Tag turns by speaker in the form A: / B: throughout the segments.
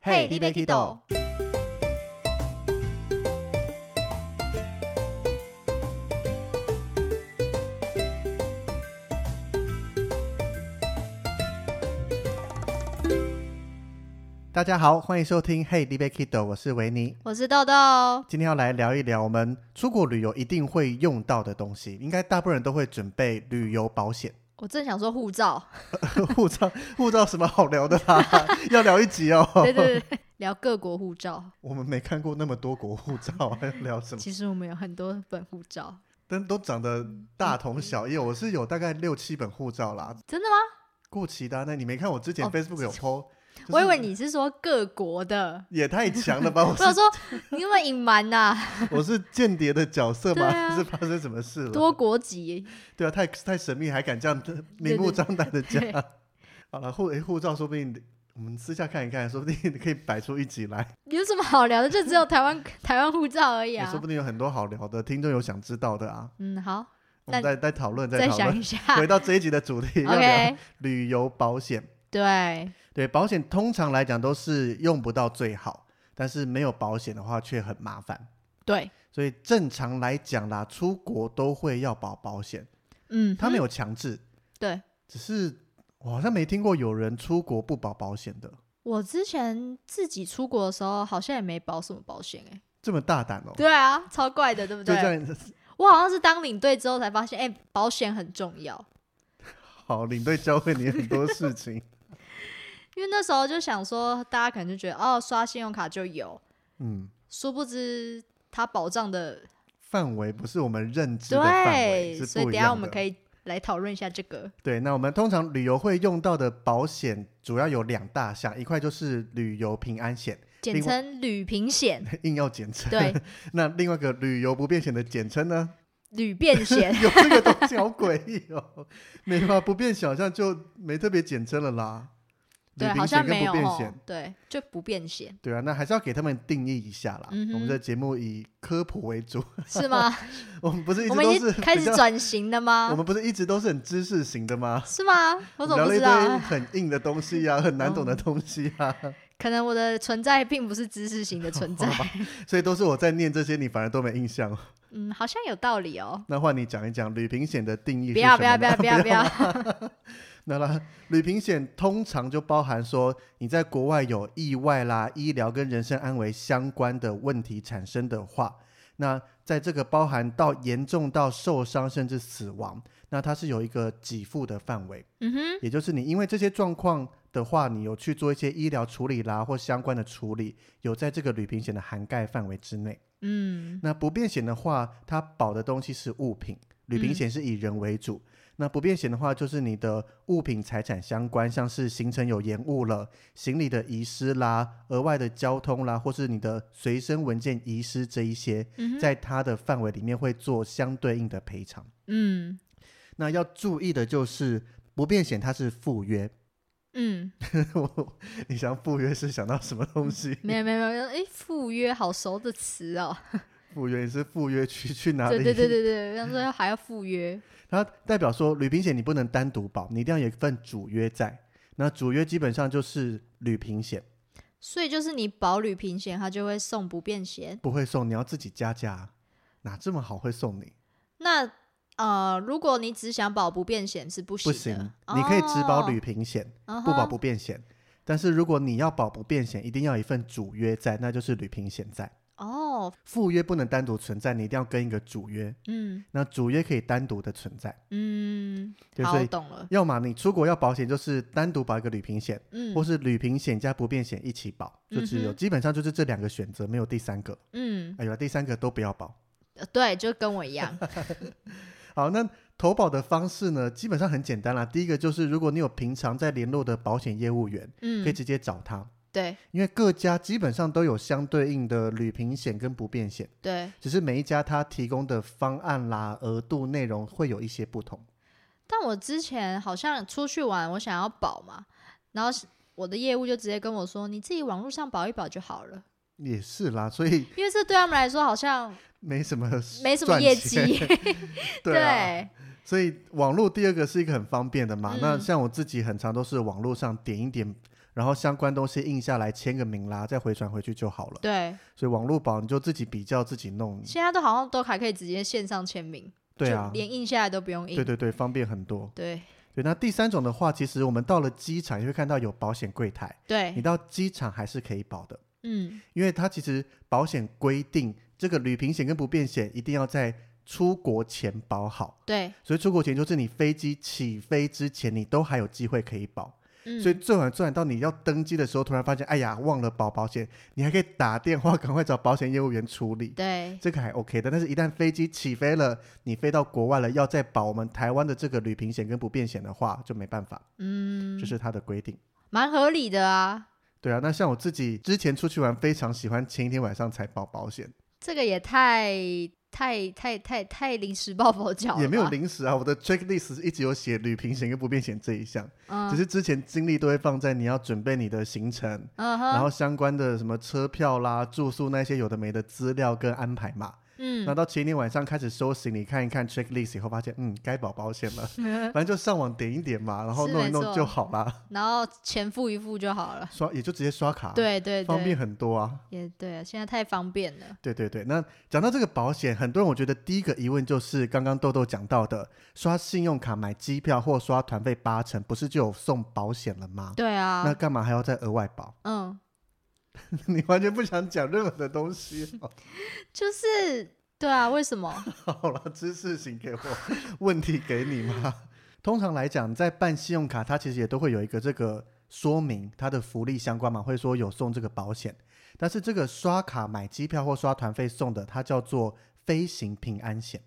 A: 嘿
B: 你
A: 你
B: 要
A: 要
B: 去
A: 去
B: 倒
A: 倒
B: 大家好，欢迎收听《Hey, d b a Kido》，我是维尼。
A: 我是豆豆，
B: 今天要来聊一聊我们出国旅游一定会用到的东西，应该大部分人都会准备旅游保险、
A: 我正想说护照，
B: 护照、护照，什么好聊的啦？ 要聊一集哦。
A: 对对对， 聊各国护照。
B: 我们没看过那么多国护照，还要聊 什么？
A: 其实我们有很多本护照，
B: 但都长得大同小异。我是有大概六七本护照啦，
A: 真的吗？
B: 过期的啊、那你没看我之前
A: 哦
B: Facebook 有 PO，、就是
A: 我以为你是说各国的，
B: 也太强了吧？我
A: 我
B: 是
A: 想说你有没有隐 瞒呐？
B: 我是间谍的角色吗？
A: 对 啊
B: 是发生什么事了？
A: 多国籍，
B: 对啊，太太神秘，还敢这样的明目张胆的讲
A: 对。
B: 好了，护诶护照，说不定我们私下看一看，说不定可以摆出一集来，
A: 有什么好聊的？就只有台湾 台湾护照而已
B: 也
A: 啊
B: 说。不定有很多好聊的，听众有想知道的啊。
A: 嗯，好，
B: 我们
A: 那
B: 再再讨论，
A: 再
B: 讨
A: 想
B: 论。
A: 一下。
B: 回到这一集的主题，要聊
A: OK，
B: 旅游保险。
A: 对，
B: 对，保险通常来讲都是用不到最好，但是没有保险的话却很麻烦。
A: 对，
B: 所以正常来讲啦，出国都会要保保险，
A: 嗯，
B: 他们
A: 有
B: 有强制，
A: 对。
B: 只是我好像没听过有人出国不保保险的。
A: 我之前自己出国的时候，好像也没保什么保险哎、
B: 这么大胆哦、
A: 对啊，超怪的，对不
B: 就
A: 对？
B: 这样，
A: 我好像是当领队之后才发现，哎、保险很重要。
B: 好，领队教会你很多事 情。
A: 因为那时候就想说，大家可能就觉得哦，刷信用卡就有，
B: 嗯，
A: 殊不知它保障的
B: 范围不是我们认知的范围，
A: 对，
B: 是
A: 所以
B: 不
A: 等
B: 一
A: 一下
B: 样
A: 我们可
B: 以
A: 以来讨论一下这个。
B: 对。那我们通常旅游会用到的保险主要有两大项，一块就是旅游平安险，
A: 简
B: 另外
A: 称旅 平险，
B: 硬要简称。
A: 对，
B: 那另外一个旅游不便险的简称呢？
A: 旅便险
B: 有这个东西好诡异哦，没吧？不便险好像就没特别简称了啦。
A: 对，
B: 旅
A: 好
B: 行
A: 像
B: 险跟
A: 没
B: 不
A: 有
B: 便
A: 哦
B: 险，，
A: 对，就不便险
B: 对啊，那还是要给他们定义一下啦。
A: 嗯哼
B: 我们这节目以科普为主，
A: 是吗？
B: 我们不是一直
A: 我们
B: 都
A: 已
B: 是
A: 经开
B: 比
A: 始
B: 较
A: 转型 了
B: 我
A: 吗？
B: 们不是一直都是很知识型的吗？
A: 是吗？我怎么
B: 聊
A: 不
B: 了一
A: 知道
B: 堆
A: 啊？嗯
B: 很硬的东西 啊，很难懂的东西啊，
A: 可能我的存在并不是知识型的 存在。
B: 所以都是我在念这些，你反而都没印象。
A: 嗯，好像有道 理哦。
B: 那换你讲一讲旅平险的定义是
A: 不
B: 什么呢？
A: 要不要不要不要 不要！
B: 那啦，旅平险通常就包含说你在国外有意外啦、医疗跟人身安危相关的问题产生的话，那在这个包含到严重到受伤甚至死亡，那它是有一个给付的范围，
A: 嗯哼，
B: 也就是你因为这些状况的话，你有去做一些医疗处理啦或相关的处理，有在这个旅平险的涵盖范围之内。
A: 嗯
B: 那不便险的话，它保的东西是物品，旅
A: 嗯
B: 平险是以人为主。那不便险的话，就是你的物品财产相关，像是行程有延误了、行李的遗失啦、额外的交通啦，或是你的随身文件遗失这一些，
A: 嗯哼
B: 在它的范围里面会做相对应的赔偿。
A: 嗯
B: 那要注意的就是，不便险它是附约。
A: 嗯，
B: 我 你想附约是想到什么东西？
A: 没有没有没有，哎，赴约好熟的词哦。
B: 附约是附约去去哪里？
A: 对对对对 对，他说还要赴约，
B: 它代表说，旅平险你不能单独保，你一定要有一份主约在。那主约基本上就是旅平险，
A: 所以就是你保旅平险，他就会送不便险。
B: 不会送，你要自己加价啊，哪这么好会送你？
A: 那呃，如果你只想保不便险是不
B: 不
A: 行
B: 行
A: 的，，
B: 你可以只保
A: 哦
B: 旅平险，
A: 嗯
B: 不保
A: 哼
B: 不变险。但是如果你要保不变险，一定要有一份主约在，那就是旅平险在。
A: 哦，
B: 副约不能单独存在，你一定要跟一个主约。
A: 嗯
B: 那主约可以单独的存在，
A: 嗯，
B: 对，
A: 好
B: 所
A: 我
B: 以
A: 懂了，
B: 要么你出国要保险，就是单独保一个旅平险，
A: 嗯
B: 或是旅平险加不变险一起保，就只有、
A: 嗯哼
B: 基本上就是这两个选择，没有第三个。
A: 嗯，
B: 哎呦，第三个都不要保。
A: 呃对，就跟我一 样，
B: 好，那投保的方式呢，基本上很简单啦。第一个就是，如果你有平常在联络的保险业务员，可以
A: 嗯，
B: 直接找他，
A: 对
B: 因为各家基本上都有相对应的旅平险跟不便险，
A: 对。
B: 只是每一家他提供的方案啦、额度、内容会有一些不同。
A: 但我之前好像出去玩，我想要保嘛，然后是我的业务就直接跟我说，你自己网络上保一保就好了，
B: 也是啦，所以
A: 因为这对他们来说好像
B: 没什么
A: 没什么
B: 赚
A: 业
B: 钱
A: 绩。
B: 对啊。所
A: 嗯
B: 以网络第二个是一个很方便的嘛。那像我自己很常都是网络上点一点，然后相关东西印下来签个名啦，再回传回去就好了。
A: 对，
B: 所以网络保你就自己比较自己弄，
A: 现在都好像都还可以直接线上签名，
B: 对啊
A: 嗯就，连嗯印下来都不用印。
B: 对对对，方便很多。
A: 对
B: 对，那第三种的话，其实我们到了机场也会看到有保险柜台，
A: 对
B: 你到机场还是可以保的，
A: 嗯，
B: 因为它其实保险规定这个旅平险跟不便险一定要在出国前保好，
A: 对，
B: 所以出国前就是你飞机起飞之前，你都还有机会可以保。
A: 嗯，
B: 所以最晚最晚到你要登机的时候，突然发现，哎呀，忘了保保险，你还可以打电话赶快找保险业务员处理，
A: 对
B: 这个还 OK 的。但是，一旦飞机起飞了，你飞到国外了，要再保我们台湾的这个旅平险跟不便险的话，就没办法，
A: 嗯
B: 这，是它的规定。
A: 蛮合理的啊，
B: 对啊，那像我自己之前出去玩，非常喜欢前一天晚上才保保险，
A: 这个也太太太太太临时抱佛脚了，
B: 也没有，临时啊。我的 checklist 一直有写旅平险跟不便险这一项，
A: 嗯
B: 只是之前精力都会放在你要准备你的行程，
A: 嗯
B: 然
A: 哼，
B: 后相关的什么车票啦、住宿那些有的没的资料跟安排嘛。那
A: 嗯，
B: 到前一天晚上开始收行李，看一看 checklist 以后，发现嗯该保保险 了，反正就上网点一点嘛，然后
A: 是
B: 弄一
A: 没
B: 弄
A: 错
B: 就好啦，
A: 然后钱付一付就好了。
B: 刷也就直接刷卡，，
A: 对对
B: 啊方便
A: 对，
B: 很多啊。
A: 也对，现在太方便了。
B: 对对对，那讲到这个保险，很多人我觉得第一个疑问就是刚刚豆豆讲到的，刷信用卡买机票或刷团费八成，不是就有送保险了吗？
A: 对
B: 那
A: 啊，
B: 干嘛还要再额外保？
A: 嗯，
B: 你完全不想讲任何的东西、哦。
A: 就是对啊，为什么？
B: 好了，知识型给我，问题给你嘛。 通常来讲，在办信用卡，它其实也都会有一个这个说明，它的福利相关嘛，会说有送这个保险。但是这个刷卡买机票或刷团费送的，它叫做飞行平安险，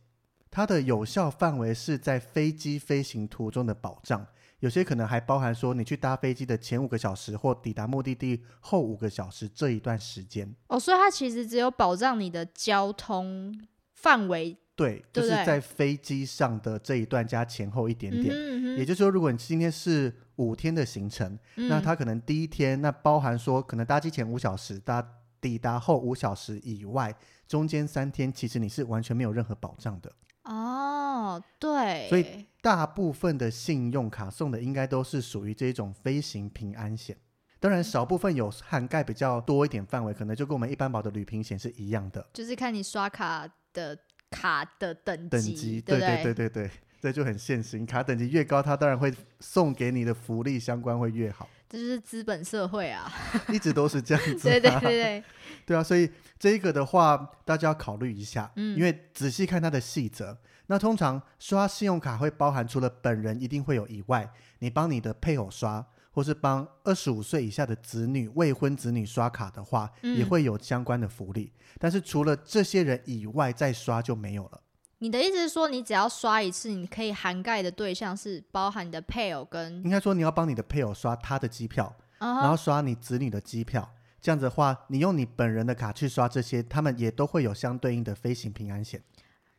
B: 它的有效范围是在飞机飞行途中的保障，有些可能还包含说你去搭飞机的前五个小时或抵达目的地后五个小时这一段时间。
A: 哦，所以它其实只有保障你的交通范围，
B: 对，就是
A: 对不对
B: 在飞机上的这一段加前后一点点。
A: 嗯哼
B: 也就是说，如果你今天是五天的行程，
A: 嗯哼
B: 那
A: 嗯
B: 它可能第一天那包含说，可能搭机前五小时，搭抵达后五小时以外，中间三天其实你是完全没有任何保障的。
A: 哦，对，
B: 所以大部分的信用卡送的应该都是属于这种飞行平安险，当
A: 嗯
B: 然少部分有涵盖比较多一点范围，可能就跟我们一般保的旅平险是一样的
A: 就是看你刷卡的卡的等级，
B: 等级。
A: 对不
B: 对对对对，这就很现实，你卡等级越高，它当然会送给你的福利相关会越 好，
A: 这就是资本社会啊，
B: 一直都是这样子、啊
A: 对对 对。对，
B: 对啊，所以这个的话，大家要考虑一下，
A: 嗯
B: 因为仔细看它的细则。那通常刷信用卡会包含除了本人一定会有以外，你帮你的配偶刷，或是帮二十五岁以下的子女、未婚子女刷卡的话，
A: 嗯
B: 也会有相关的福利。但是除了这些人以外，再刷就没有了。
A: 你的意思是说，你只要刷一次，你可以涵盖的对象是包含你的配偶跟，
B: 应该说你要帮你的配偶刷他的机票，
A: 嗯
B: 然
A: 哼，
B: 后刷你子女的机票。这样子的话，你用你本人的卡去刷这些，他们也都会有相对应的飞行平安险。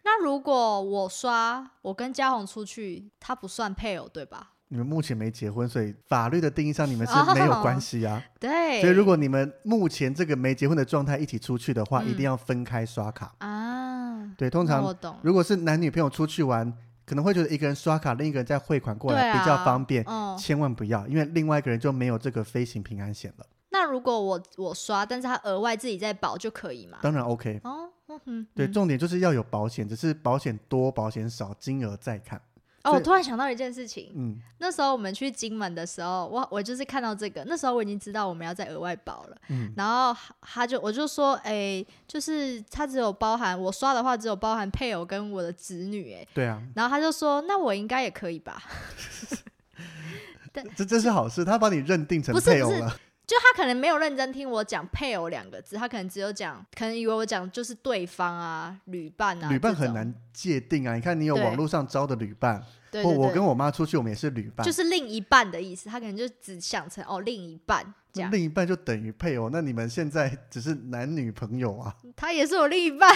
A: 那如果我刷，我跟嘉宏出去，他不算配偶对吧？
B: 你们目前没结婚，所以法律的定义上你们是没有关系啊。
A: 哦对，
B: 所以如果你们目前这个没结婚的状态一起出去的话，
A: 嗯
B: 一定要分开刷卡。
A: 啊，
B: 对，通
A: 那
B: 常
A: 我懂，
B: 如果是男女朋友出去玩，可能会觉得一个人刷卡，另一个人再汇款过
A: 对
B: 来
A: 啊
B: 比较方便，
A: 嗯，
B: 千万不要，因为另外一个人就没有这个飞行平安险了。
A: 那如果我我刷，但是他额外自己再保就可以嘛？
B: 当然 OK，
A: 哦，嗯哼，
B: 对，
A: 嗯
B: 重点就是要有保险，只是保险多保险少，金额再看。
A: 哦，
B: 所
A: 我
B: 以
A: 突然想到一件事情，
B: 嗯，
A: 那时候我们去金门的时候，我我就是看到这个，那时候我已经知道我们要再额外保了，
B: 嗯
A: 然后他他就我就说，哎、就是他只有包含我刷的话，只有包含配偶跟我的子女、哎，
B: 对啊，
A: 然后他就说，那我应该也可以吧？
B: 这这是好事，他把你认定成
A: 不是
B: 配偶
A: 不是
B: 了。
A: 就他可能没有认真听我讲配偶两个字，他可能只有讲，可能以为我讲就是对方啊、旅伴啊，
B: 旅伴
A: 这种
B: 很，难界定啊，你看你有
A: 对
B: 网络上招的旅伴。
A: 对
B: 或
A: 对对，
B: 我跟我妈出去，我们也是旅伴，
A: 就是另一半的意思，他可能就只想成哦另一半这
B: 那
A: 样，
B: 另一半就等于配偶。那你们现在只是男女朋友啊，
A: 他也是我另一半，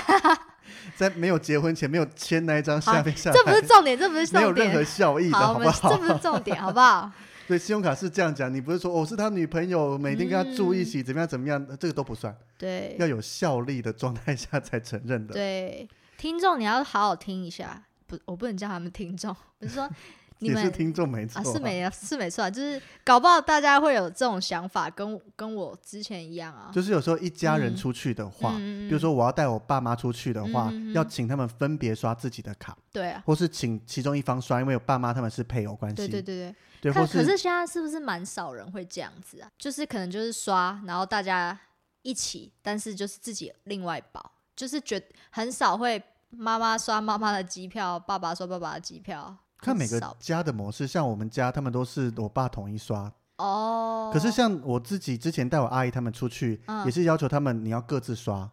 B: 在没有结婚前没有签那一张下面下
A: 啊这不
B: 来，
A: 是重点，这不是
B: 没有
A: 重
B: 任何
A: 点。
B: 效益的
A: 好，我
B: 好不
A: 们 这
B: 好？
A: 不是重点，好 不好？
B: 对，信用卡是这样讲，你不是说我、哦是他女朋友，每天跟他住一起，怎么样怎么样，这个都不算，
A: 嗯对
B: 要有效力的状态下才承认的。
A: 对，听众你要好好听一下，不，我不能叫他们听众，我是说 你
B: 也
A: 们
B: 是听众没错、
A: 啊，是没啊，是没错啊，就是搞不好大家会有这种想法，跟跟我之前一样啊。
B: 就是有时候一家人
A: 嗯
B: 出去的话，
A: 嗯嗯
B: 比如说我要带我爸妈出去的话，
A: 嗯嗯嗯
B: 要请他们分别刷自己的卡，
A: 对啊，
B: 或是请其中一方刷，因为我爸妈他们是配偶关系，
A: 对对对
B: 对
A: 对。
B: 或
A: 看，可是现在是不是蛮少人会这样子啊？就是可能就是刷，然后大家一起，但是就是自己另外保，就是觉很少会妈妈刷妈妈的机票，爸爸刷爸爸的机票，
B: 看
A: 很
B: 每个
A: 少
B: 家的模式，像我们家他们都是我爸统一刷，
A: 哦。
B: 可是像我自己之前带我阿姨他们出去，
A: 嗯
B: 也是要求他们你要各自刷，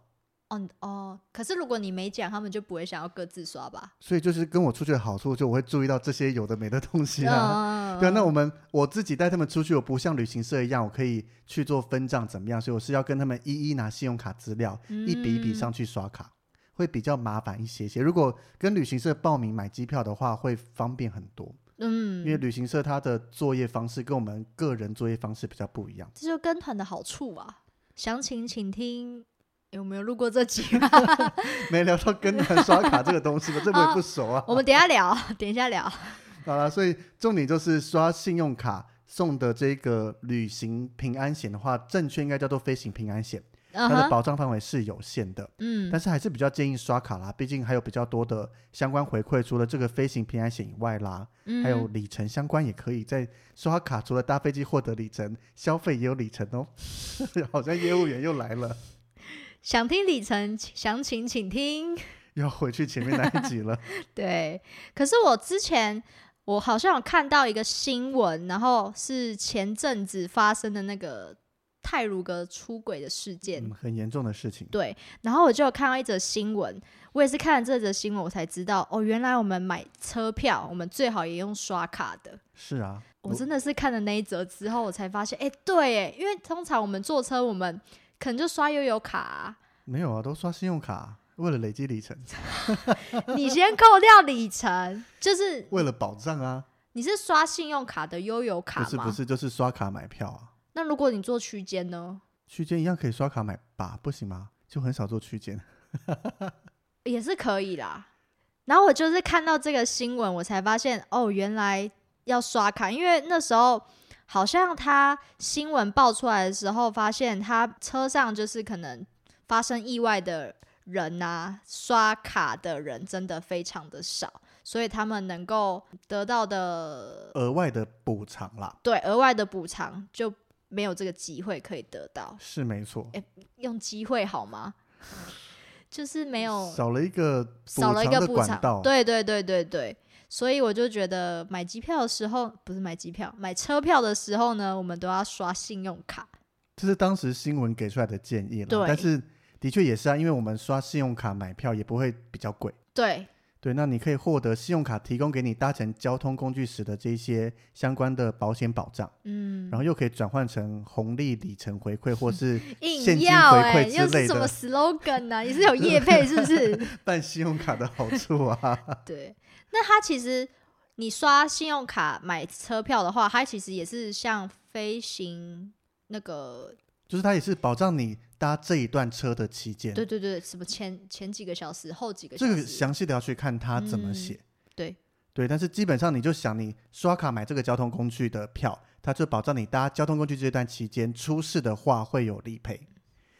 A: 哦你哦，可是如果你没讲，他们就不会想要各自刷吧？
B: 所以就是跟我出去的好处，就我会注意到这些有的没的东西啦。
A: 嗯
B: 对啊，那我们我自己带他们出去，我不像旅行社一样，我可以去做分账怎么样？所以我是要跟他们一一拿信用卡资料，
A: 嗯
B: 一笔一笔上去刷卡，会比较麻烦一些些。如果跟旅行社报名买机票的话，会方便很多，
A: 嗯，
B: 因为旅行社它的作业方式跟我们个人作业方式比较不一样。
A: 这就跟团的好处啊。详情请听有没有录过这集、啊？
B: 没聊到跟团刷卡这个东西吧，这我也不熟 啊。
A: 哦我们等一下聊，等一下聊。
B: 好了，所以重点就是刷信用卡送的这个旅行平安险的话，正确应该叫做飞行平安险，它
A: 嗯
B: 的
A: 哼，
B: 保障范围是有限的，
A: 嗯
B: 但是还是比较建议刷卡啦，毕竟还有比较多的相关回馈，除了这个飞行平安险以外啦，
A: 嗯，
B: 还有里程相关也可以在刷卡，除了搭飞机获得里程，消费也有里程哦。 好像业务员又来了，
A: 想听里程详情，请听。
B: 要回去前面那一集了。
A: 对，可是我之前我好像有看到一个新闻，然后是前阵子发生的那个泰如格出轨的事件。
B: 嗯，很严重的事情。
A: 对，然后我就有看到一则新闻，我也是看了这则新闻，我才知道哦，原来我们买车票，我们最好也用刷卡的。
B: 是啊，
A: 我真的是看了那一则之后，我才发现，哎、对，哎，因为通常我们坐车，我们可能就刷悠游卡啊、
B: 没有啊，都刷信用卡，为了累积里 程，
A: 你先扣掉里程， 就是
B: 为了保障啊。
A: 你是刷信用卡的悠游卡
B: 不
A: 吗？
B: 是不是，就是刷卡买票啊。
A: 那如果你做区间呢，
B: 区间一样可以刷卡买吧？不行吗？就很少做区间。
A: 也是可以啦。然后我就是看到这个新闻，我才发现哦，原来要刷卡，因为那时候好像他新闻爆出来的时候，发现他车上就是可能发生意外的人啊，刷卡的人真的非常的少，所以他们能够得到的
B: 额外的补偿啦，
A: 对额外的补偿就没有这个机会可以得到，
B: 是没错，
A: 诶用机会好吗？ 就是没有
B: 少了一个补
A: 哦少了一
B: 偿
A: 个
B: 的
A: 补
B: 管
A: 偿
B: 道。，
A: 对对对对对，所以我就觉得买机票的时候，不是买机票，买车票的时候呢，我们都要刷信用卡。
B: 这是当时新闻给出来的建议了。
A: 对
B: 但是的确也是啊，因为我们刷信用卡买票也不会比较贵。
A: 对，
B: 对，那你可以获得信用卡提供给你搭乘交通工具时的这些相关的保险保障，
A: 嗯
B: 然，后又可以转换成红利里程回馈或 是现
A: 硬
B: 金
A: 要
B: 回
A: 哎、
B: 馈之
A: 又
B: 类
A: 是什么
B: 的
A: slogan 呢、你是有业配是 不是？
B: 办信用卡的好处啊。
A: 对，那它其实你刷信用卡买车票的话，它其实也是像飞行那个，
B: 就是它也是保障你搭这一段车的期间。
A: 对对对，什么前前几个小时，后几个小
B: 这
A: 时，
B: 个详细的要去看它怎么
A: 嗯
B: 写。
A: 对
B: 对，但是基本上你就想，你刷卡买这个交通工具的票，它就保障你搭交通工具这段期间出事的话会有理赔。
A: 嗯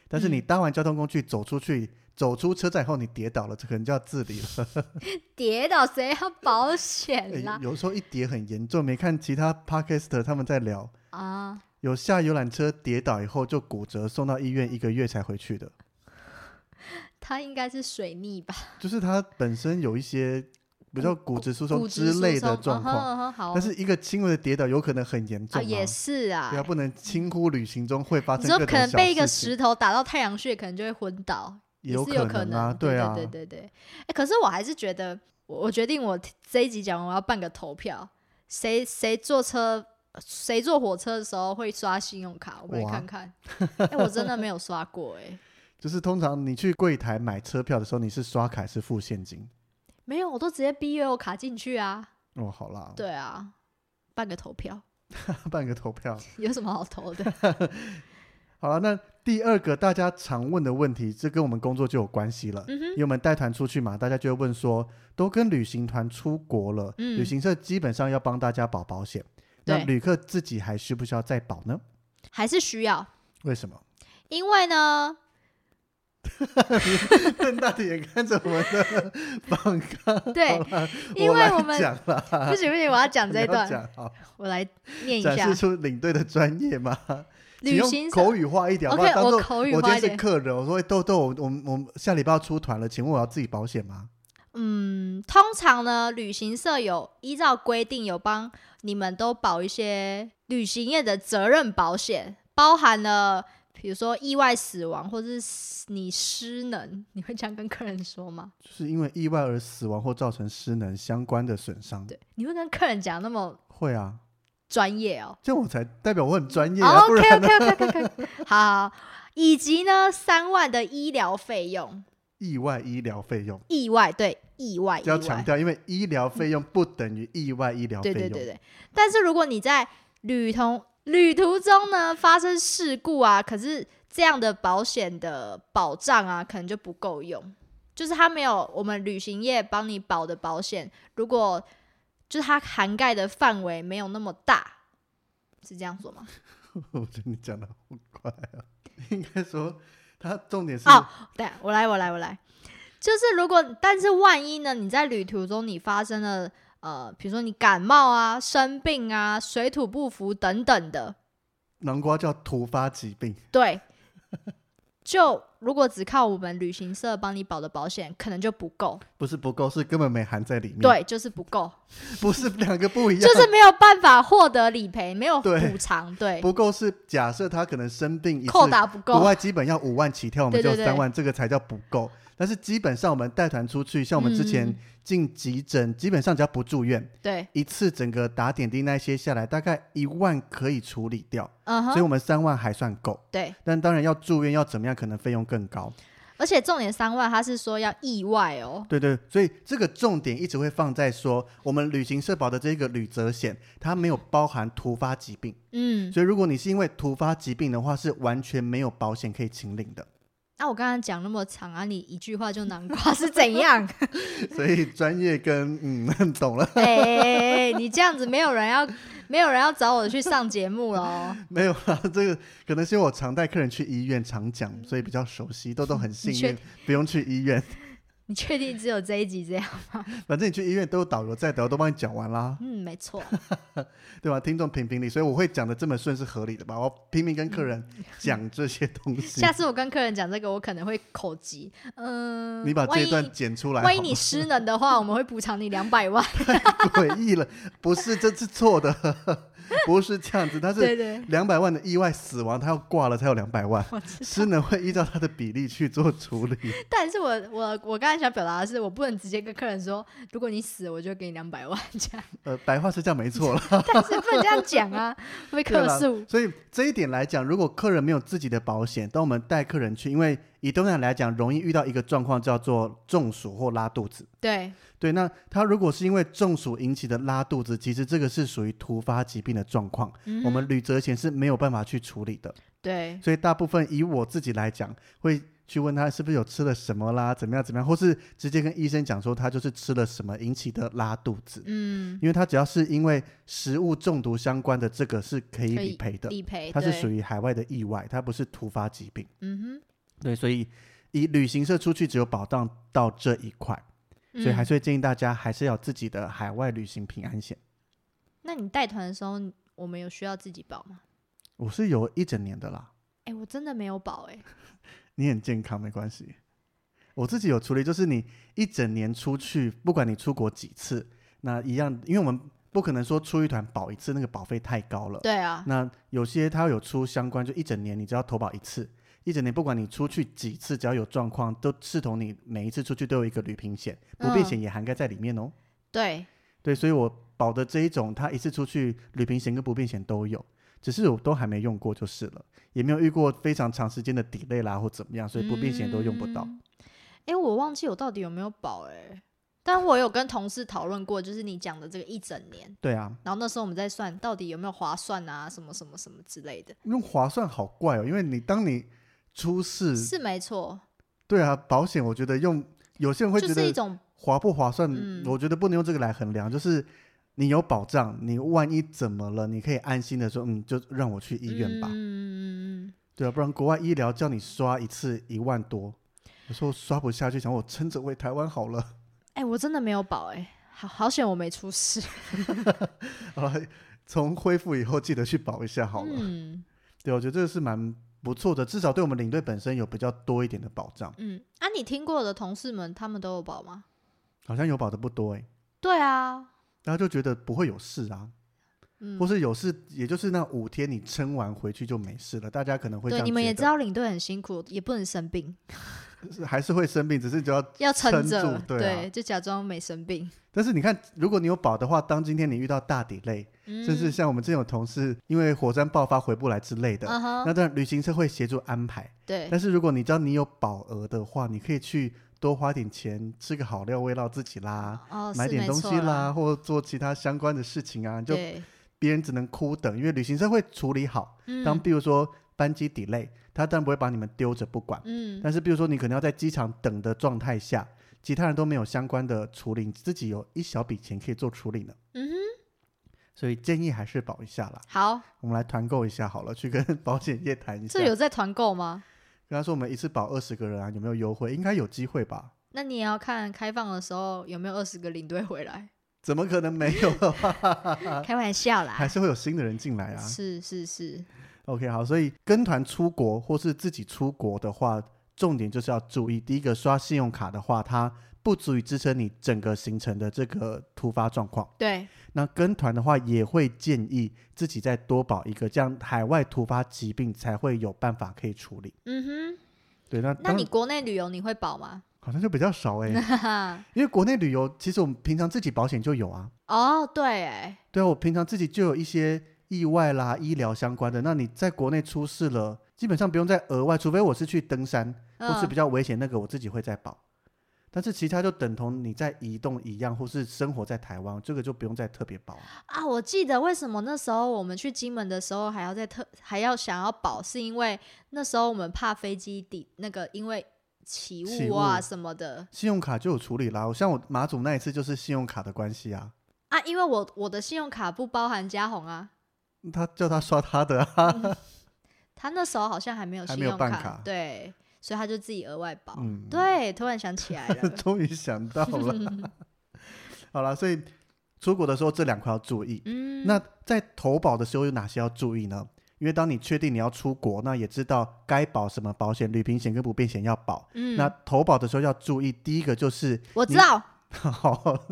B: 但是你搭完交通工具走出去，走出车站以后你跌倒了，这可能就要自理了。
A: 跌倒谁要保
B: 诶
A: 险啦？
B: 有时候一跌很严重，没看其他 podcaster 他们在聊，
A: 啊，
B: 有下游览车跌倒以后就骨折送到医院，一个月才回去的，哎
A: 它应该是水逆吧？
B: 就是他本身有一些比较骨质疏松
A: 骨质
B: 之
A: 疏
B: 类的
A: 松
B: 状况。
A: 嗯哼嗯哼好
B: 但是一个轻微的跌倒有可能很严重、
A: 啊，也是啊
B: 对啊，，不能轻忽旅行中会发
A: 你
B: 生
A: 说
B: 各
A: 可
B: 种
A: 能
B: 小
A: 被一个
B: 事情，
A: 石头打到太阳穴，可能就会昏倒，
B: 也
A: 也是有
B: 可能
A: 能
B: 啊，
A: 对
B: 啊，
A: 对对对对。哎，可是我还是觉得，我我决定我这一集讲完，我要办个投票，谁谁坐车。谁坐火车的时候会刷信用卡？我们
B: 我
A: 来
B: 啊
A: 看看。哎、我真的没有刷过哎、
B: 就是通常你去柜台买车票的时候，你是刷卡还是付现金？
A: 没有，我都直接逼悠游卡进去啊。
B: 哦，好啦，
A: 对啊，办个投票，
B: 办个投票。
A: 有什么好投的？
B: 好了，那第二个大家常问的问题，这跟我们工作就有关系了。
A: 嗯哼，
B: 因为我们带团出去嘛，大家就会问说，都跟旅行团出国了，
A: 嗯
B: 旅行社基本上要帮大家保保险，那
A: 对
B: 旅客自己还需不需要再保呢？
A: 还是需要，
B: 为什么？
A: 因为呢，
B: 瞪大的眼看着我们的访客，
A: 对
B: 好啦
A: 因
B: 我来
A: 为我们
B: 讲了，
A: 不行不行，我要讲
B: 你
A: 这一
B: 要
A: 段，
B: 讲好，
A: 我来念一
B: 展
A: 下
B: 示。出领队的专业嘛，请
A: 旅
B: 用
A: 行社
B: 口语化一点，好不好？
A: ，OK，
B: 当
A: 我
B: 做
A: 口语
B: 我今
A: 化
B: 天
A: 一
B: 是
A: 点，
B: 客人，我说哎豆豆，我我们我们下礼拜要出团了，请问我要自己保险吗？
A: 嗯，通常呢，旅行社有依照规定有帮你们都保一些旅行业的责任保险，包含了比如说意外死亡或者是你失能，你会这样跟客人说吗？
B: 就是因为意外而死亡或造成失能相关的损伤，
A: 对，你会跟客人讲那么
B: 会啊，
A: 专业哦。
B: 这样我才代表我很专业啊，
A: o
B: 不
A: 哦 OK
B: 然
A: OK OK OK OK，好，以及呢三万的医疗费用，
B: 意外医疗费用
A: 意外对意外意
B: 要强
A: 外，
B: 调，因为医疗费用不等于意外医疗费
A: 对
B: 用，
A: 对对对。但是如果你在旅途旅途中呢发生事故啊，可是这样的保险的保障啊，可能就不够用，就是它没有我们旅行业帮你保的保险，如果就是它涵盖的范围没有那么大，是这样说吗？
B: 我觉得你讲的好快啊，应该说它重点是
A: 哦对，我来，我来，我来。就是如果，但是万一呢？你在旅途中你发生了呃，比如说你感冒啊、生病啊、水土不服等等的，
B: 南瓜叫突发疾病，
A: 对，就如果只靠我们旅行社帮你保的保险，可能就不够。
B: 不是不够，是根本没含在里面，，
A: 对，就是不 够，
B: 不是两个不一样，
A: 就是没有办法获得理赔，没有
B: 对
A: 补偿，对，
B: 不够是假设他可能生病一次，
A: 扣打不
B: 国
A: 够。
B: 外基本要五万起跳，我们
A: 对
B: 就
A: 对对
B: 三万，这个才叫不够。但是基本上我们带团出去，像我们之前
A: 嗯
B: 进急诊，基本上只要不住院，
A: 对，
B: 一次整个打点滴那些下来，大概一万可以处理掉，
A: 嗯
B: 所以
A: 哼，
B: 我们三万还算够。
A: 对。
B: 但当然要住院要怎么样，可能费用更高。
A: 而且重点三万，他是说要意外哦，
B: 对对，所以这个重点一直会放在说，我们旅行社保的这个旅责险，它没有包含突发疾病，
A: 嗯。
B: 所以如果你是因为突发疾病的话，是完全没有保险可以请领的。
A: 那、我刚刚讲那么长啊，你一句话就难瓜是怎样？
B: 所以专业跟嗯懂了
A: 哎、你这样子没有人要，没有人要找我去上节目 喽。
B: 没有啦，这个可能是因为我常带客人去医院，常讲，所以比较熟悉。豆豆很幸
A: 嗯你确
B: 运，不用去医院，
A: 你确定只有这一集这样？
B: 反正你去医院都有导游在的，我都帮你讲完 啦，
A: 嗯，没错，
B: 对吧？听众评评理，所以我会讲的这么顺是合理的吧？我拼命跟客人
A: 嗯
B: 讲这些东西。
A: 下次我跟客人讲这个，我可能会口急。嗯、
B: 你把这
A: 万
B: 一
A: 一
B: 段剪出来好吗，
A: 万一你失能的话，我们会补偿你两 百万。
B: 诡异 了， 不是这是错的， 不是这样子，他是
A: 对对，
B: 两百万的意外死亡，他要挂了才有两百万，
A: 我知
B: 失能会依照他的比例去做处理。
A: 但是我我我刚才想表达的是，我不能直接跟客人说，如果你死，我就给你两百万这样，
B: 呃，白话是这样没错了。
A: 但是不能这样讲啊，会被
B: 对
A: 客
B: 啦
A: 诉。
B: 所以这一点来讲，如果客人没有自己的保险，当我们带客人去，因为以东南亚来讲，容易遇到一个状况叫做中暑或拉肚子。
A: 对，
B: 对，那他如果是因为中暑引起的拉肚子，其实这个是属于突发疾病的状况，
A: 嗯
B: 我
A: 哼
B: 们旅责险是没有办法去处理的。
A: 对
B: 所以大部分以我自己来讲，会去问他是不是有吃了什么啦，怎么样怎么样，或是直接跟医生讲说他就是吃了什么引起的拉肚子，
A: 嗯，
B: 因为他只要是因为食物中毒相关的，这个是可以
A: 可以
B: 理赔的。
A: 理赔
B: 它是
A: 对
B: 属于海外的意外，它不是突发疾病。
A: 嗯
B: 对，所以以旅行社出去只有保障到这一块，
A: 哼，
B: 所以还
A: 嗯、
B: 是会建议大家还是要有自己的海外旅行平安险。
A: 嗯那你带团的时候，我们有需要自己保吗？
B: 我是有一整年的啦，
A: 哎、我真的没有保哎、
B: 你很健康没关系。我自己有处理，就是你一整年出去，不管你出国几次，那一样，因为我们不可能说出一团保一次，那个保费太高了。
A: 对啊，
B: 那有些它有出相关，就一整年你只要投保一次，一整年不管你出去几次，只要有状况，都视同你每一次出去都有一个旅行险，不便
A: 嗯
B: 险也涵盖在里面哦。
A: 对，
B: 对，所以我保的这一种，它一次出去旅行险跟不便险都有，只是我都还没用过就是了，也没有遇过非常长时间的 delay 啦或怎么样，所以不便险都用不到。
A: 嗯哎、我忘记我到底有没有保哎、但我有跟同事讨论过，就是你讲的这个一整年，
B: 对啊，
A: 然后那时候我们在算到底有没有划算啊，什么什么什么之类的。
B: 用划算好怪哦，因为你当你出事，
A: 是没错，
B: 对啊，保险我觉得用有些人会
A: 就
B: 觉
A: 是一
B: 得
A: 种
B: 划不划算，
A: 嗯
B: 我觉得不能用这个来衡量，就是你有保障，你万一怎么了，你可以安心的说，嗯，就让我去医院吧，
A: 嗯，
B: 对啊，不然国外医疗叫你刷一次一万多，有时候刷不下去，想我撑着回台湾好了，
A: 哎、我真的没有保哎、好好险我没出事。
B: 好了，从恢复以后记得去保一下 好了，
A: 嗯
B: 对，我觉得这个是蛮不错的，至少对我们领队本身有比较多一点的保障，
A: 嗯，啊，你听过的同事们他们都有保吗？
B: 好像有保的不多哎、
A: 对啊，
B: 然后就觉得不会有事啊，
A: 嗯
B: 或，是有事，也就是那五天你撑完回去就没事了。大家可能会这
A: 对，
B: 样
A: 你们也知
B: 觉
A: 道领队很辛苦，也不能生病，
B: 得，是还是会生病，只是就要。
A: 要撑
B: 撑
A: 着，
B: 住对啊
A: 就假装没生病。
B: 但是你看，如果你有保的话，当今天你遇到大抵累，
A: 嗯，
B: 甚至像我们这种同事因为火山爆发回不来之类的，
A: 嗯哼，
B: 那当然旅行社会协助安排。
A: 对，
B: 但是如果你知道你有保额的话，你可以去多花点钱吃个好料慰劳自己啦，
A: 哦，
B: 买
A: 是
B: 点
A: 没
B: 东
A: 错
B: 西
A: 啦，
B: 啦，或做其他相关的事情啊，就
A: 对，
B: 别人只能哭等，因为旅行社会处理好。当
A: 嗯
B: 比如说班机 delay，他当然不会把你们丢着不管。
A: 嗯
B: 但是比如说你可能要在机场等的状态下，其他人都没有相关的处理，你自己有一小笔钱可以做处理呢。
A: 嗯哼，
B: 所以建议还是保一下啦。
A: 好，
B: 我们来团购一下好了，去跟保险业谈一下。
A: 这有在团购吗？
B: 跟他说我们一次保二十个人啊，有没有优惠？应该有机会吧？
A: 那你也要看开放的时候有没有二十个领队回来，
B: 怎么可能没有？
A: 开玩笑啦
B: 还，是会有新的人进啊来啊。
A: 是是是，
B: OK，好，所以跟团出国或是自己出国的话，重点就是要注意，第一个刷信用卡的话，它不足以支撑你整个行程的这个突发状况。
A: 对，
B: 那跟团的话，也会建议自己再多保一个，这样海外突发疾病才会有办法可以处理。
A: 嗯哼，
B: 对，那
A: 那
B: 当
A: 你国内旅游你会保吗？
B: 好像就比较少哎、 因为国内旅游其实我们平常自己保险就有啊。
A: 哦，对，哎，
B: 对啊，我平常自己就有一些意外啦、医疗相关的。那你在国内出事了，基本上不用再额外，除非我是去登山。或是比
A: 嗯，
B: 较危险那个，我自己会再保。但是其他就等同你在移动一样，或是生活在台湾，这个就不用再特别保啊。
A: 啊，我记得为什么那时候我们去金门的时候还要在特还要想要保，是因为那时候我们怕飞机底那个因为起
B: 起
A: 雾啊
B: 雾
A: 什么的
B: 信用卡就有处理啦，像我马祖那一次就是信用卡的关系啊，
A: 啊，因为我我的信用卡不包含加红啊，
B: 他叫他刷他的啊，
A: 他那时候好像还没有
B: 还
A: 信
B: 没有
A: 用
B: 办卡
A: 对，所以他就自己额外保。
B: 嗯，，
A: 对，突然想起来了，
B: 终于想到 了。好啦，所以出国的时候这两块要注意。
A: 嗯，
B: 那在投保的时候有哪些要注意呢？因为当你确定你要出国，那也知道该保什么保险，旅行险跟不便险要保。
A: 嗯，
B: 那投保的时候要注意，第一个就是 哦
A: 我知
B: 你
A: 道
B: 好，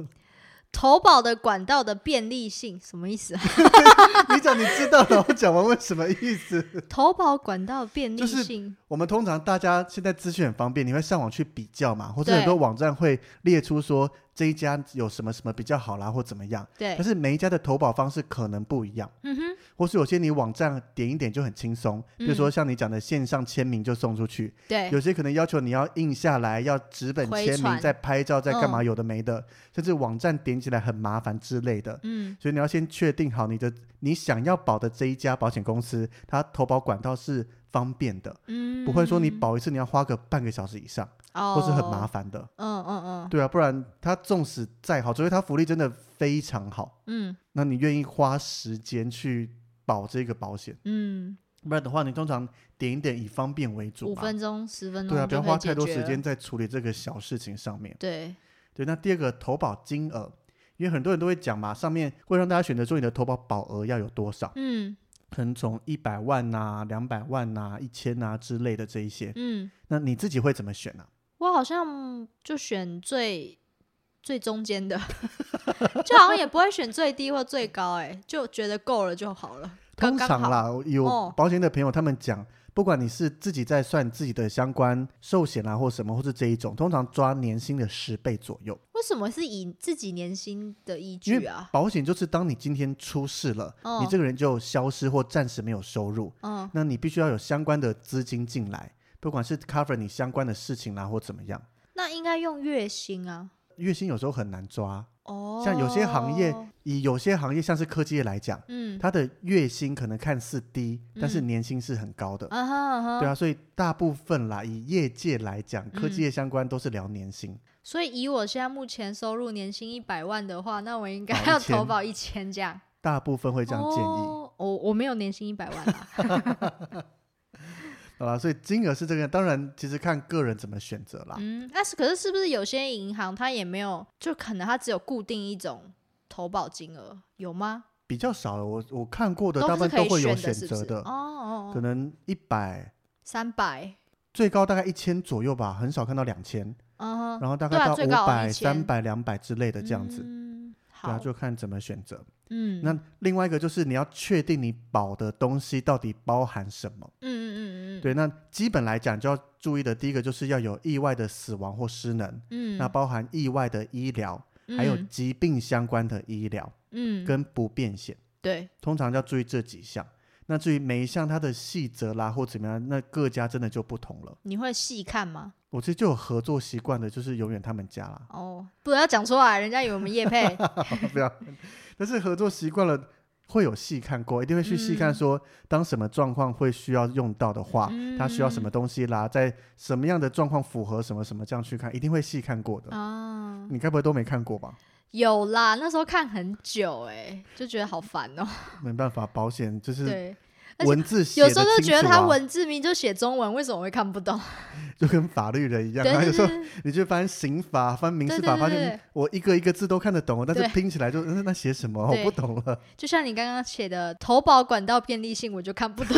A: 投保的管道的便利性什么意思啊？
B: 你讲你知道，然后讲完问什么意思？
A: 投保管道便利
B: 就是
A: 性，
B: 我们通常大家现在资讯很方便，你会上网去比较嘛，或者
A: 对
B: 很多网站会列出说这一家有什么什么比较好啦，或怎么样。
A: 对
B: 但，是每一家的投保方式可能不一样，
A: 嗯哼，
B: 或是有些你网站点一点就很轻松，比如说像你讲的线上签名就送出去，
A: 嗯对，
B: 有些可能要求你要印下来，要纸本
A: 回
B: 签名，
A: 传嗯
B: 再拍照，再干嘛，有的没的，甚至网站点起来很麻烦之类的。
A: 嗯，
B: 所以你要先确定好你的你想要保的这一家保险公司，它投保管道是方便的，
A: 嗯，
B: 不会说你保一次你要花个半个小时以上，
A: 哦，
B: 或是很麻烦的。
A: 嗯嗯
B: 对啊，不然它纵使再好，除非它福利真的非常好，
A: 嗯
B: 那你愿意花时间去保这个保险，
A: 嗯
B: 不然的话，你通常点一点以方便为
A: 嗯，五
B: 主嘛。
A: 分钟十分钟
B: 对啊，不要
A: 就可以
B: 花太
A: 解
B: 多
A: 决
B: 时
A: 了
B: 间。在处理这个小事情上面。
A: 对，
B: 对，那第二个投保金额，因为很多人都会讲嘛，上面会让大家选择说你的投保保额要有多少。
A: 嗯
B: 可能从一百万呐、两百万呐、一千呐之类的这一些，
A: 嗯，
B: 那你自己会怎么选啊呢、
A: 我好像就选最最中间的， 就好像也不会选最低或最高、哎，就觉得够了就好了。刚
B: 通
A: 刚
B: 常
A: 好
B: 啦，有
A: 哦
B: 保险的朋友他们讲，不管你是自己在算自己的相关寿险啊啦、或什么，或是这一种，通常抓年薪的十倍左右。
A: 为什么是以自己年薪的依
B: 因
A: 据
B: 为
A: 啊？
B: 保险就是当你今天出事了，
A: 哦
B: 你这个人就消失或暂时没有收入，
A: 嗯
B: 那你必须要有相关的资金进来，不管是 cover
A: 哦
B: 你相关的事情啦或怎么样。
A: 那应该用月薪啊。
B: 月薪有时候很难抓，
A: 哦，
B: 像有些行业，以有些行业像是科技业来讲，
A: 嗯，
B: 它的月薪可能看似低，但是
A: 嗯
B: 年薪是很高的。
A: 啊哈啊哈，
B: 对啊，所以大部分啦，以业界来讲，科技
A: 嗯
B: 业相关都是聊年薪。
A: 所以以我现在目前收入年薪一百万的话，那我应该
B: 保
A: 要
B: 1000
A: 投保一千这样。
B: 大部分会这样建议，
A: 哦，我我没有年薪一百万啦。
B: 好啦，所以金额是这个，当然其实看个人怎么选择啦。
A: 嗯，那是可是是不是有些银行它也没有，就可能它只有固定一种投保金额，有吗？
B: 比较少了，我我看过的
A: 都
B: 大
A: 不
B: 部分
A: 是可
B: 都
A: 以
B: 会有选
A: 选的，是不
B: 择
A: 是？
B: 的，
A: 哦哦
B: 可
A: 哦，
B: 能一百
A: 三百，
B: 最高大概一千左右吧，很少看到两千，
A: 嗯哼，
B: 然后大
A: 对
B: 概
A: 啊
B: 到
A: 最
B: 五
A: 高
B: 百、三
A: 1000
B: 百、两百之类的这样子。
A: 嗯，好，
B: 对啊，就看怎么选择。
A: 嗯，
B: 那另外一个就是你要确定你保的东西到底包含什么。
A: 嗯嗯嗯嗯，，
B: 对，那基本来讲就要注意的，第一个就是要有意外的死亡或失能，
A: 嗯，
B: 那包含意外的医疗，还有疾病相关的医疗
A: 嗯，嗯
B: 跟不便险，
A: 对，
B: 通常要注意这几项。那至于每一项它的细则啦或怎么样，那各家真的就不同了。
A: 你会细看吗？
B: 我其实就有合作习惯的，就是永远他们家啦，
A: 哦，不要讲出来，人家以为我们叶 配。
B: 不要。但是合作习惯了，会有细看过，一定会去细看
A: 嗯
B: 说，当什么状况会需要用到的话，它需要什么
A: 嗯
B: 东西啦，在什么样的状况符合什么什么这样去看，一定会细看过的。
A: 啊？
B: 你该不会都没看过吧？
A: 有啦，那时候看很久哎、就觉得好烦哦、
B: 没办法，保险就是
A: 对，而且
B: 文字写
A: 有
B: 的
A: 时候就觉得他文字名就写中文，为什么我会看不懂？
B: 啊就跟法律人一样，
A: 对
B: 然后
A: 对
B: 有时候
A: 对
B: 你就翻刑法、翻民
A: 对
B: 事
A: 对
B: 法，
A: 对
B: 发
A: 对
B: 现
A: 对
B: 我一个一个字都看得懂，但是
A: 对
B: 拼起来就嗯那写什么我
A: 对
B: 不懂了。
A: 就像你刚刚写的投保管道便利性，我就看 不懂，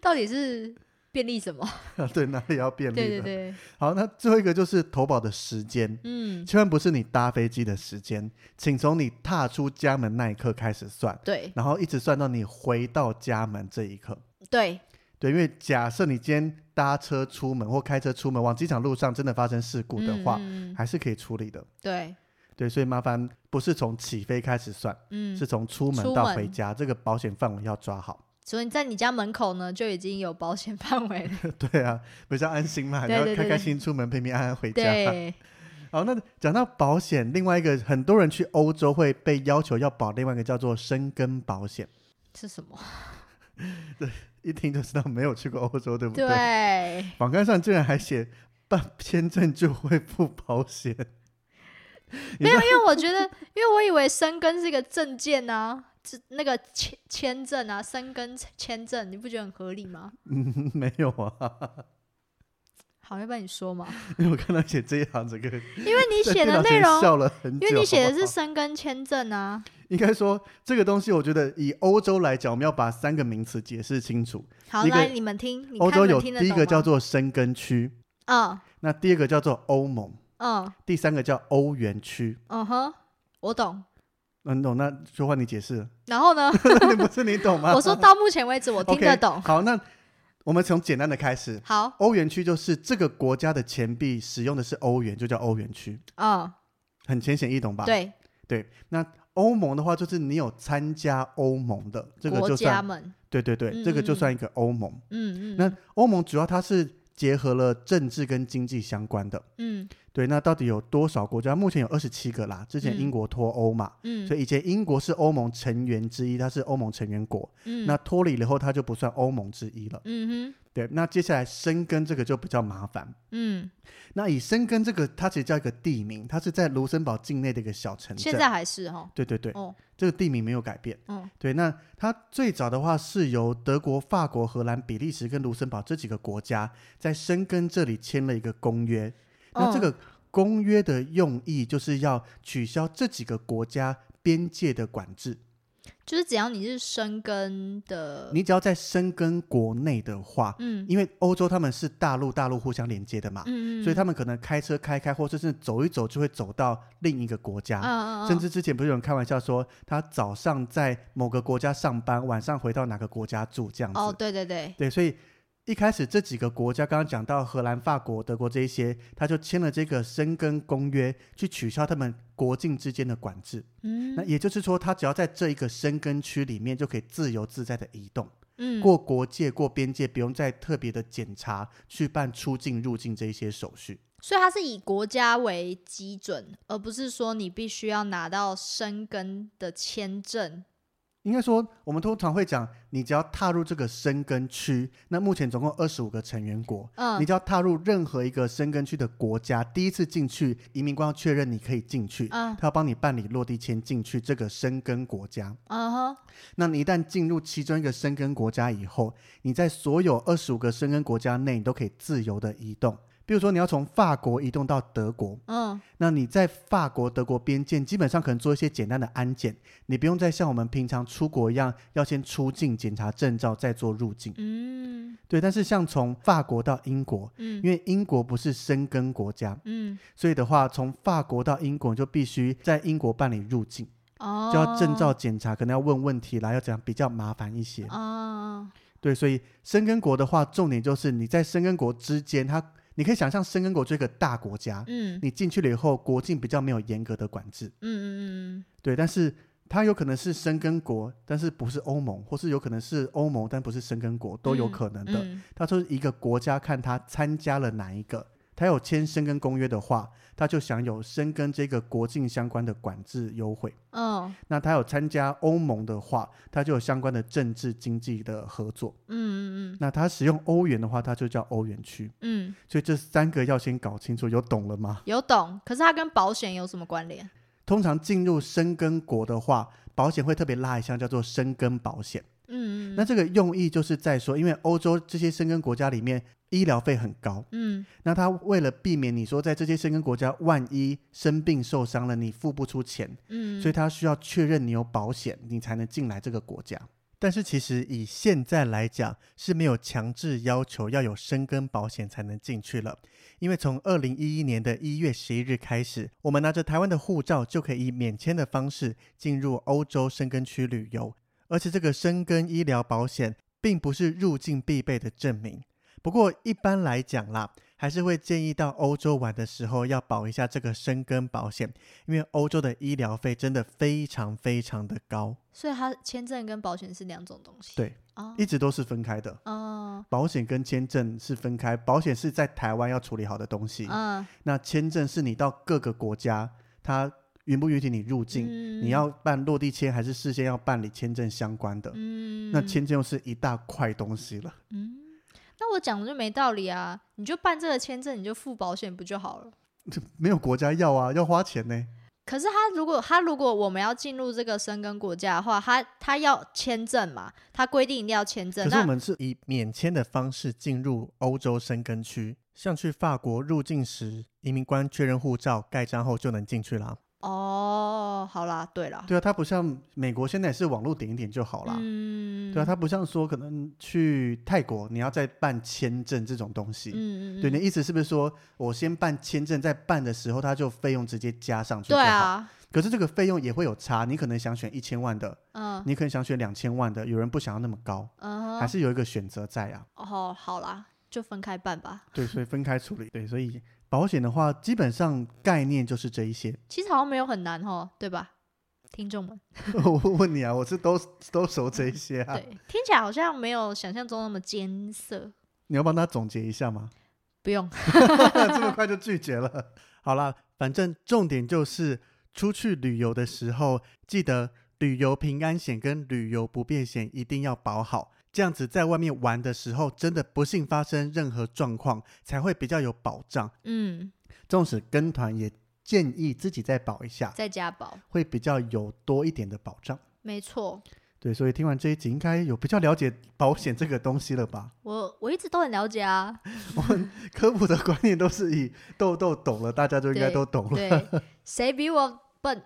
A: 到底是便利什么？
B: 对，哪里要便利
A: 对对
B: 了
A: 对，
B: 好，那最后一个就是投保的时间，
A: 嗯，
B: 千万不是你搭飞机的时间，请从你踏出家门那一刻开始算，
A: 对
B: 然后一直算到你回到家门这一刻。
A: 对，
B: 对，因为假设你今天搭车出门或开车出门往机场路上真的发生事故的话，
A: 嗯嗯嗯
B: 还是可以处理的。
A: 对，
B: 对，所以麻烦不是从起飞开始算，
A: 嗯
B: 是，从出门
A: 出
B: 到
A: 门
B: 回家这个保险范围要抓好。
A: 所以在你家门口呢就已经有保险范围 了，
B: 对啊，比较安心嘛，你
A: 对
B: 要
A: 对对
B: 开开
A: 对
B: 心心出门，平平安安回家。
A: 对，
B: 好，那讲到保险，另外一个很多人去欧洲会被要求要保另外一个叫做生根保险，
A: 是什 么？
B: 一听就知道没有去过欧洲，对不
A: 对，
B: 网刊上竟然还写办签证就会付保险， 你
A: 没有，因为我觉得，因为我以为生根是一个证件啊，这那个签签证啊，生根签证，你不觉得很合理吗？
B: 嗯，没有啊，
A: 好，要不然你 说嘛，
B: 因为我看到写这一行，整个人
A: 因为你
B: 在
A: 写
B: 电
A: 的
B: 脑
A: 内
B: 前
A: 容，
B: 笑了很久，
A: 因为你写
B: 好
A: 的是
B: 不好
A: 生根签证啊，
B: 应该说这个东西，我觉得以欧洲来讲，我们要把三个名词解释清楚。
A: 好，
B: 一个
A: 来你们听，你
B: 欧
A: 看
B: 洲
A: 你们
B: 有
A: 听得
B: 第一
A: 懂
B: 个
A: 吗
B: 叫做生根区，
A: 嗯
B: 那第二个叫做欧盟，
A: 嗯
B: 第三个叫欧元区。
A: 嗯哼，我懂。
B: 嗯，懂，那就换你解释了。
A: 然后呢，
B: 那不是你懂吗？
A: 我说到目前为止我
B: OK，
A: 听得懂。
B: 好，那我们从简单的开始。
A: 好，
B: 欧元区就是这个国家的钱币使用的是欧元，就叫欧元区，
A: 嗯，
B: 很浅显易懂吧？
A: 对，
B: 对那欧盟的话，就是你有参加欧盟的，这个
A: 国
B: 就
A: 家
B: 算
A: 们，
B: 对对对，
A: 嗯
B: 这个就
A: 嗯
B: 算一个欧盟。
A: 嗯嗯，
B: 那欧盟主要它是结合了政治跟经济相关的。
A: 嗯
B: 对，那到底有多少国家？目前有二十七个啦。之前
A: 嗯
B: 英国脱欧嘛，所
A: 嗯
B: 以以前英国是欧盟成员之一，它是欧盟成员国。
A: 嗯，
B: 那脱离了后，它就不算欧盟之一了。
A: 嗯哼
B: 对，那接下来生根这个就比较麻烦。
A: 嗯，
B: 那以生根这个，它其实叫一个地名，它是在卢森堡境内的一个小城镇。
A: 现在还是哈，
B: 对对对，
A: 哦
B: 这个地名没有改变。
A: 嗯
B: 对，那它最早的话是由德国、法国、荷兰、比利时跟卢森堡这几个国家在生根这里签了一个公约。那这
A: 嗯
B: 个公约的用意就是要取消这几个国家边界的管制。
A: 就是只要你是生根的，
B: 你只要在生根国内的话，
A: 嗯
B: 因为欧洲他们是大陆大陆互相连接的嘛，
A: 嗯，
B: 所以
A: 他
B: 他们可能开车开开，或者是走一走就会走到另一个国家。
A: 嗯嗯，
B: 甚至之前不是有人开玩笑说，他早上在某个国家上班，晚上回到哪个国家住这样子。
A: 哦，对对对，
B: 对，所以一开始这几个国家，刚刚讲到荷兰、法国、德国这一些，他就签了这个《申根公约》，去取消他们国境之间的管制。
A: 嗯，
B: 那也就是说，他只要在这一个申根区里面，就可以自由自在的移动，
A: 嗯
B: 过国界、过边界，不用再特别的检查、去办出境、入境这一些手续。
A: 所以它是以国家为基准，而不是说你必须要拿到生根的签证。
B: 应该说，我们通常会讲，你只要踏入这个生根区，那目前总共二十五个成员国，你
A: 嗯
B: 只要踏入任何一个生根区的国家，第一次进去，移民官要确认你可以进去，
A: 嗯
B: 他要帮你办理落地签进去这个生根国家。
A: 嗯哼，
B: 那你一旦进入其中一个生根国家以后，你在所有二十五个生根国家内，你都可以自由的移动。比如说，你要从法国移动到德国，
A: 嗯
B: 那你在法国、德国边境，基本上可能做一些简单的安检，你不用再像我们平常出国一样，要先出境检查证照，再做入境。
A: 嗯
B: 对，但是像从法国到英国，
A: 嗯
B: 因为英国不是申根国家，
A: 嗯，
B: 所以的话，从法国到英国你就必须在英国办理入境，
A: 哦，
B: 就要证照检查，可能要问问题啦，要怎样比较麻烦一些。
A: 哦，
B: 对，所以申根国的话，重点就是你在申根国之间，它你可以想象申根国这个大国家，
A: 嗯嗯
B: 你进去了以后，国境比较没有严格的管制。
A: 嗯嗯
B: 对，但是它有可能是生根国，但是不是欧盟，或是有可能是欧盟，但不是生根国，都有可能
A: 嗯
B: 的。
A: 嗯，
B: 他说一个国家看他参加了哪一个，他有签生根公约的话，他就享有生根这个国境相关的管制优惠。
A: 哦
B: 那他有参加欧盟的话，他就有相关的政治经济的合作。
A: 嗯嗯
B: 那他使用欧元的话，他就叫欧元区。
A: 嗯嗯，
B: 所以这三个要先搞清楚，有懂了吗？
A: 有懂。可是它跟保险有什么关联？
B: 通常进入生根国的话，保险会特别拉一项叫做生根保险。
A: 嗯嗯
B: 那这个用意就是在说，因为欧洲这些生根国家里面医疗费很高，
A: 嗯
B: 那他为了避免你说在这些生根国家万一生病受伤了，你付不出钱，
A: 嗯，
B: 所以他需要确认你有保险，你才能进来这个国家。但是其实以现在来讲是没有强制要求要有生根保险才能进去了，因为从二零一一年的一月十一日开始，我们拿着台湾的护照就可以以免签的方式进入欧洲生根区旅游，而且这个生根医疗保险并不是入境必备的证明。不过一般来讲啦，还是会建议到欧洲玩的时候要保一下这个生根保险，因为欧洲的医疗费真的非常非常的高，
A: 所以它签证跟保险是两种东西。
B: 对
A: 哦
B: 一直都是分开的。
A: 哦
B: 保险跟签证是分开，保险是在台湾要处理好的东西，
A: 嗯，
B: 那签证是你到各个国家，它允不允许你入境，
A: 嗯
B: 你要办落地签还是事先要办理签证相关的。
A: 嗯，
B: 那签证又是一大块东西了，
A: 嗯，那我讲的就没道理啊！你就办这个签证，你就付保险不就好了？
B: 没有国家要啊，要花钱呢。
A: 可是他如果他如果我们要进入这个生根国家的话，他他要签证嘛，他规定一定要签证
B: 可。是我
A: 那
B: 们是以免签的方式进入欧洲申根区，像去法国入境时，移民官确认护照盖章后就能进去啊啦。
A: 哦，好啦，对啦，
B: 对啊，它不像美国现在是网络点一点就好啦。
A: 嗯，
B: 对啊，它不像说可能去泰国你要再办签证这种东西。
A: 嗯嗯嗯，
B: 对，你的意思是不是说我先办签证，在办的时候它就费用直接加上去？
A: 对，啊，
B: 可是这个费用也会有差，你可能想选一千万的，
A: 嗯
B: 你可能想选两千万的，有人不想要那么高，
A: 嗯
B: 还
A: 哼，
B: 是有一个选择在啊。
A: 哦，好啦，就分开办吧。
B: 对，所以分开处理。对，所以保险的话，基本上概念就是这一些。
A: 其实好像没有很难哦，对吧？听众们，
B: 我问你啊，我是都都熟这一些啊
A: 对，，听起来好像没有想象中那么艰涩。
B: 你要帮他总结一下吗？
A: 不用，
B: 这么快就拒绝了？好啦，反正重点就是出去旅游的时候，记得旅游平安险跟旅游不便险一定要保好。这样子在外面玩的时候，真的不幸发生任何状况，才会比较有保障。
A: 嗯，
B: 纵使跟团，也建议自己再保一下，
A: 在家保，
B: 会比较有多一点的保障。
A: 没错。
B: 对，所以听完这一集，应该有比较了解保险这个东西了吧？
A: 我我一直都很了解啊，
B: 科普的观念都是以豆豆懂了，大家就应该
A: 对
B: 都懂了。
A: 对，谁比我笨？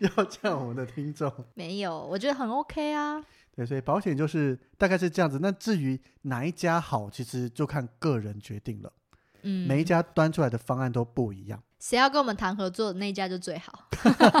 B: 要这样，我们的听众。
A: 没有，我觉得很 OK 啊。
B: 对，所以保险就是大概是这样子。那至于哪一家好，其实就看个人决定了，
A: 嗯，
B: 每一家端出来的方案都不一样。
A: 谁要跟我们谈合作，那一家就最好。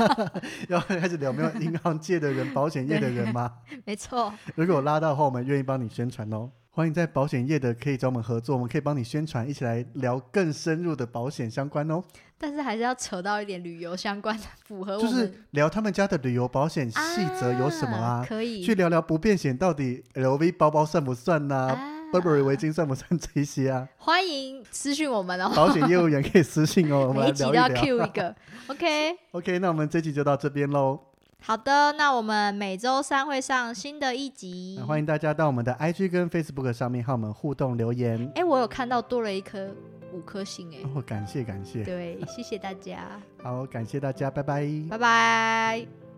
B: 要开始聊没有银行界的人、保险业的人吗？
A: 没错，
B: 如果有拉到的话，我们愿意帮你宣传哦。欢迎在保险业的可以找我们合作，我们可以帮你宣传，一起来聊更深入的保险相关哦。
A: 但是还是要扯到一点旅游相关的，符哦合我
B: 就
A: 们
B: 是聊他们家的旅游保险细则有什么啊？
A: 可以
B: 去聊聊不便险到底 LV 包包算不算呐、
A: 啊？
B: Burberry 围巾算不算这一些啊？
A: 欢迎私讯我们哦，
B: 保险业务员可以私信哦，我们
A: 每
B: 来
A: 一集
B: 聊
A: 都要
B: 聊。
A: Q 一 个。OK，
B: OK，那我们这期就到这边喽。
A: 好的，那我们每周三会上新的一集
B: 那。欢迎大家到我们的 IG 跟 Facebook 上面和我们互动留言。
A: 哎，我有看到多了一颗五颗星哎，
B: 哦，感谢感谢，嗯
A: 对，谢谢大家，
B: 好，感谢大家，拜拜。
A: 拜拜。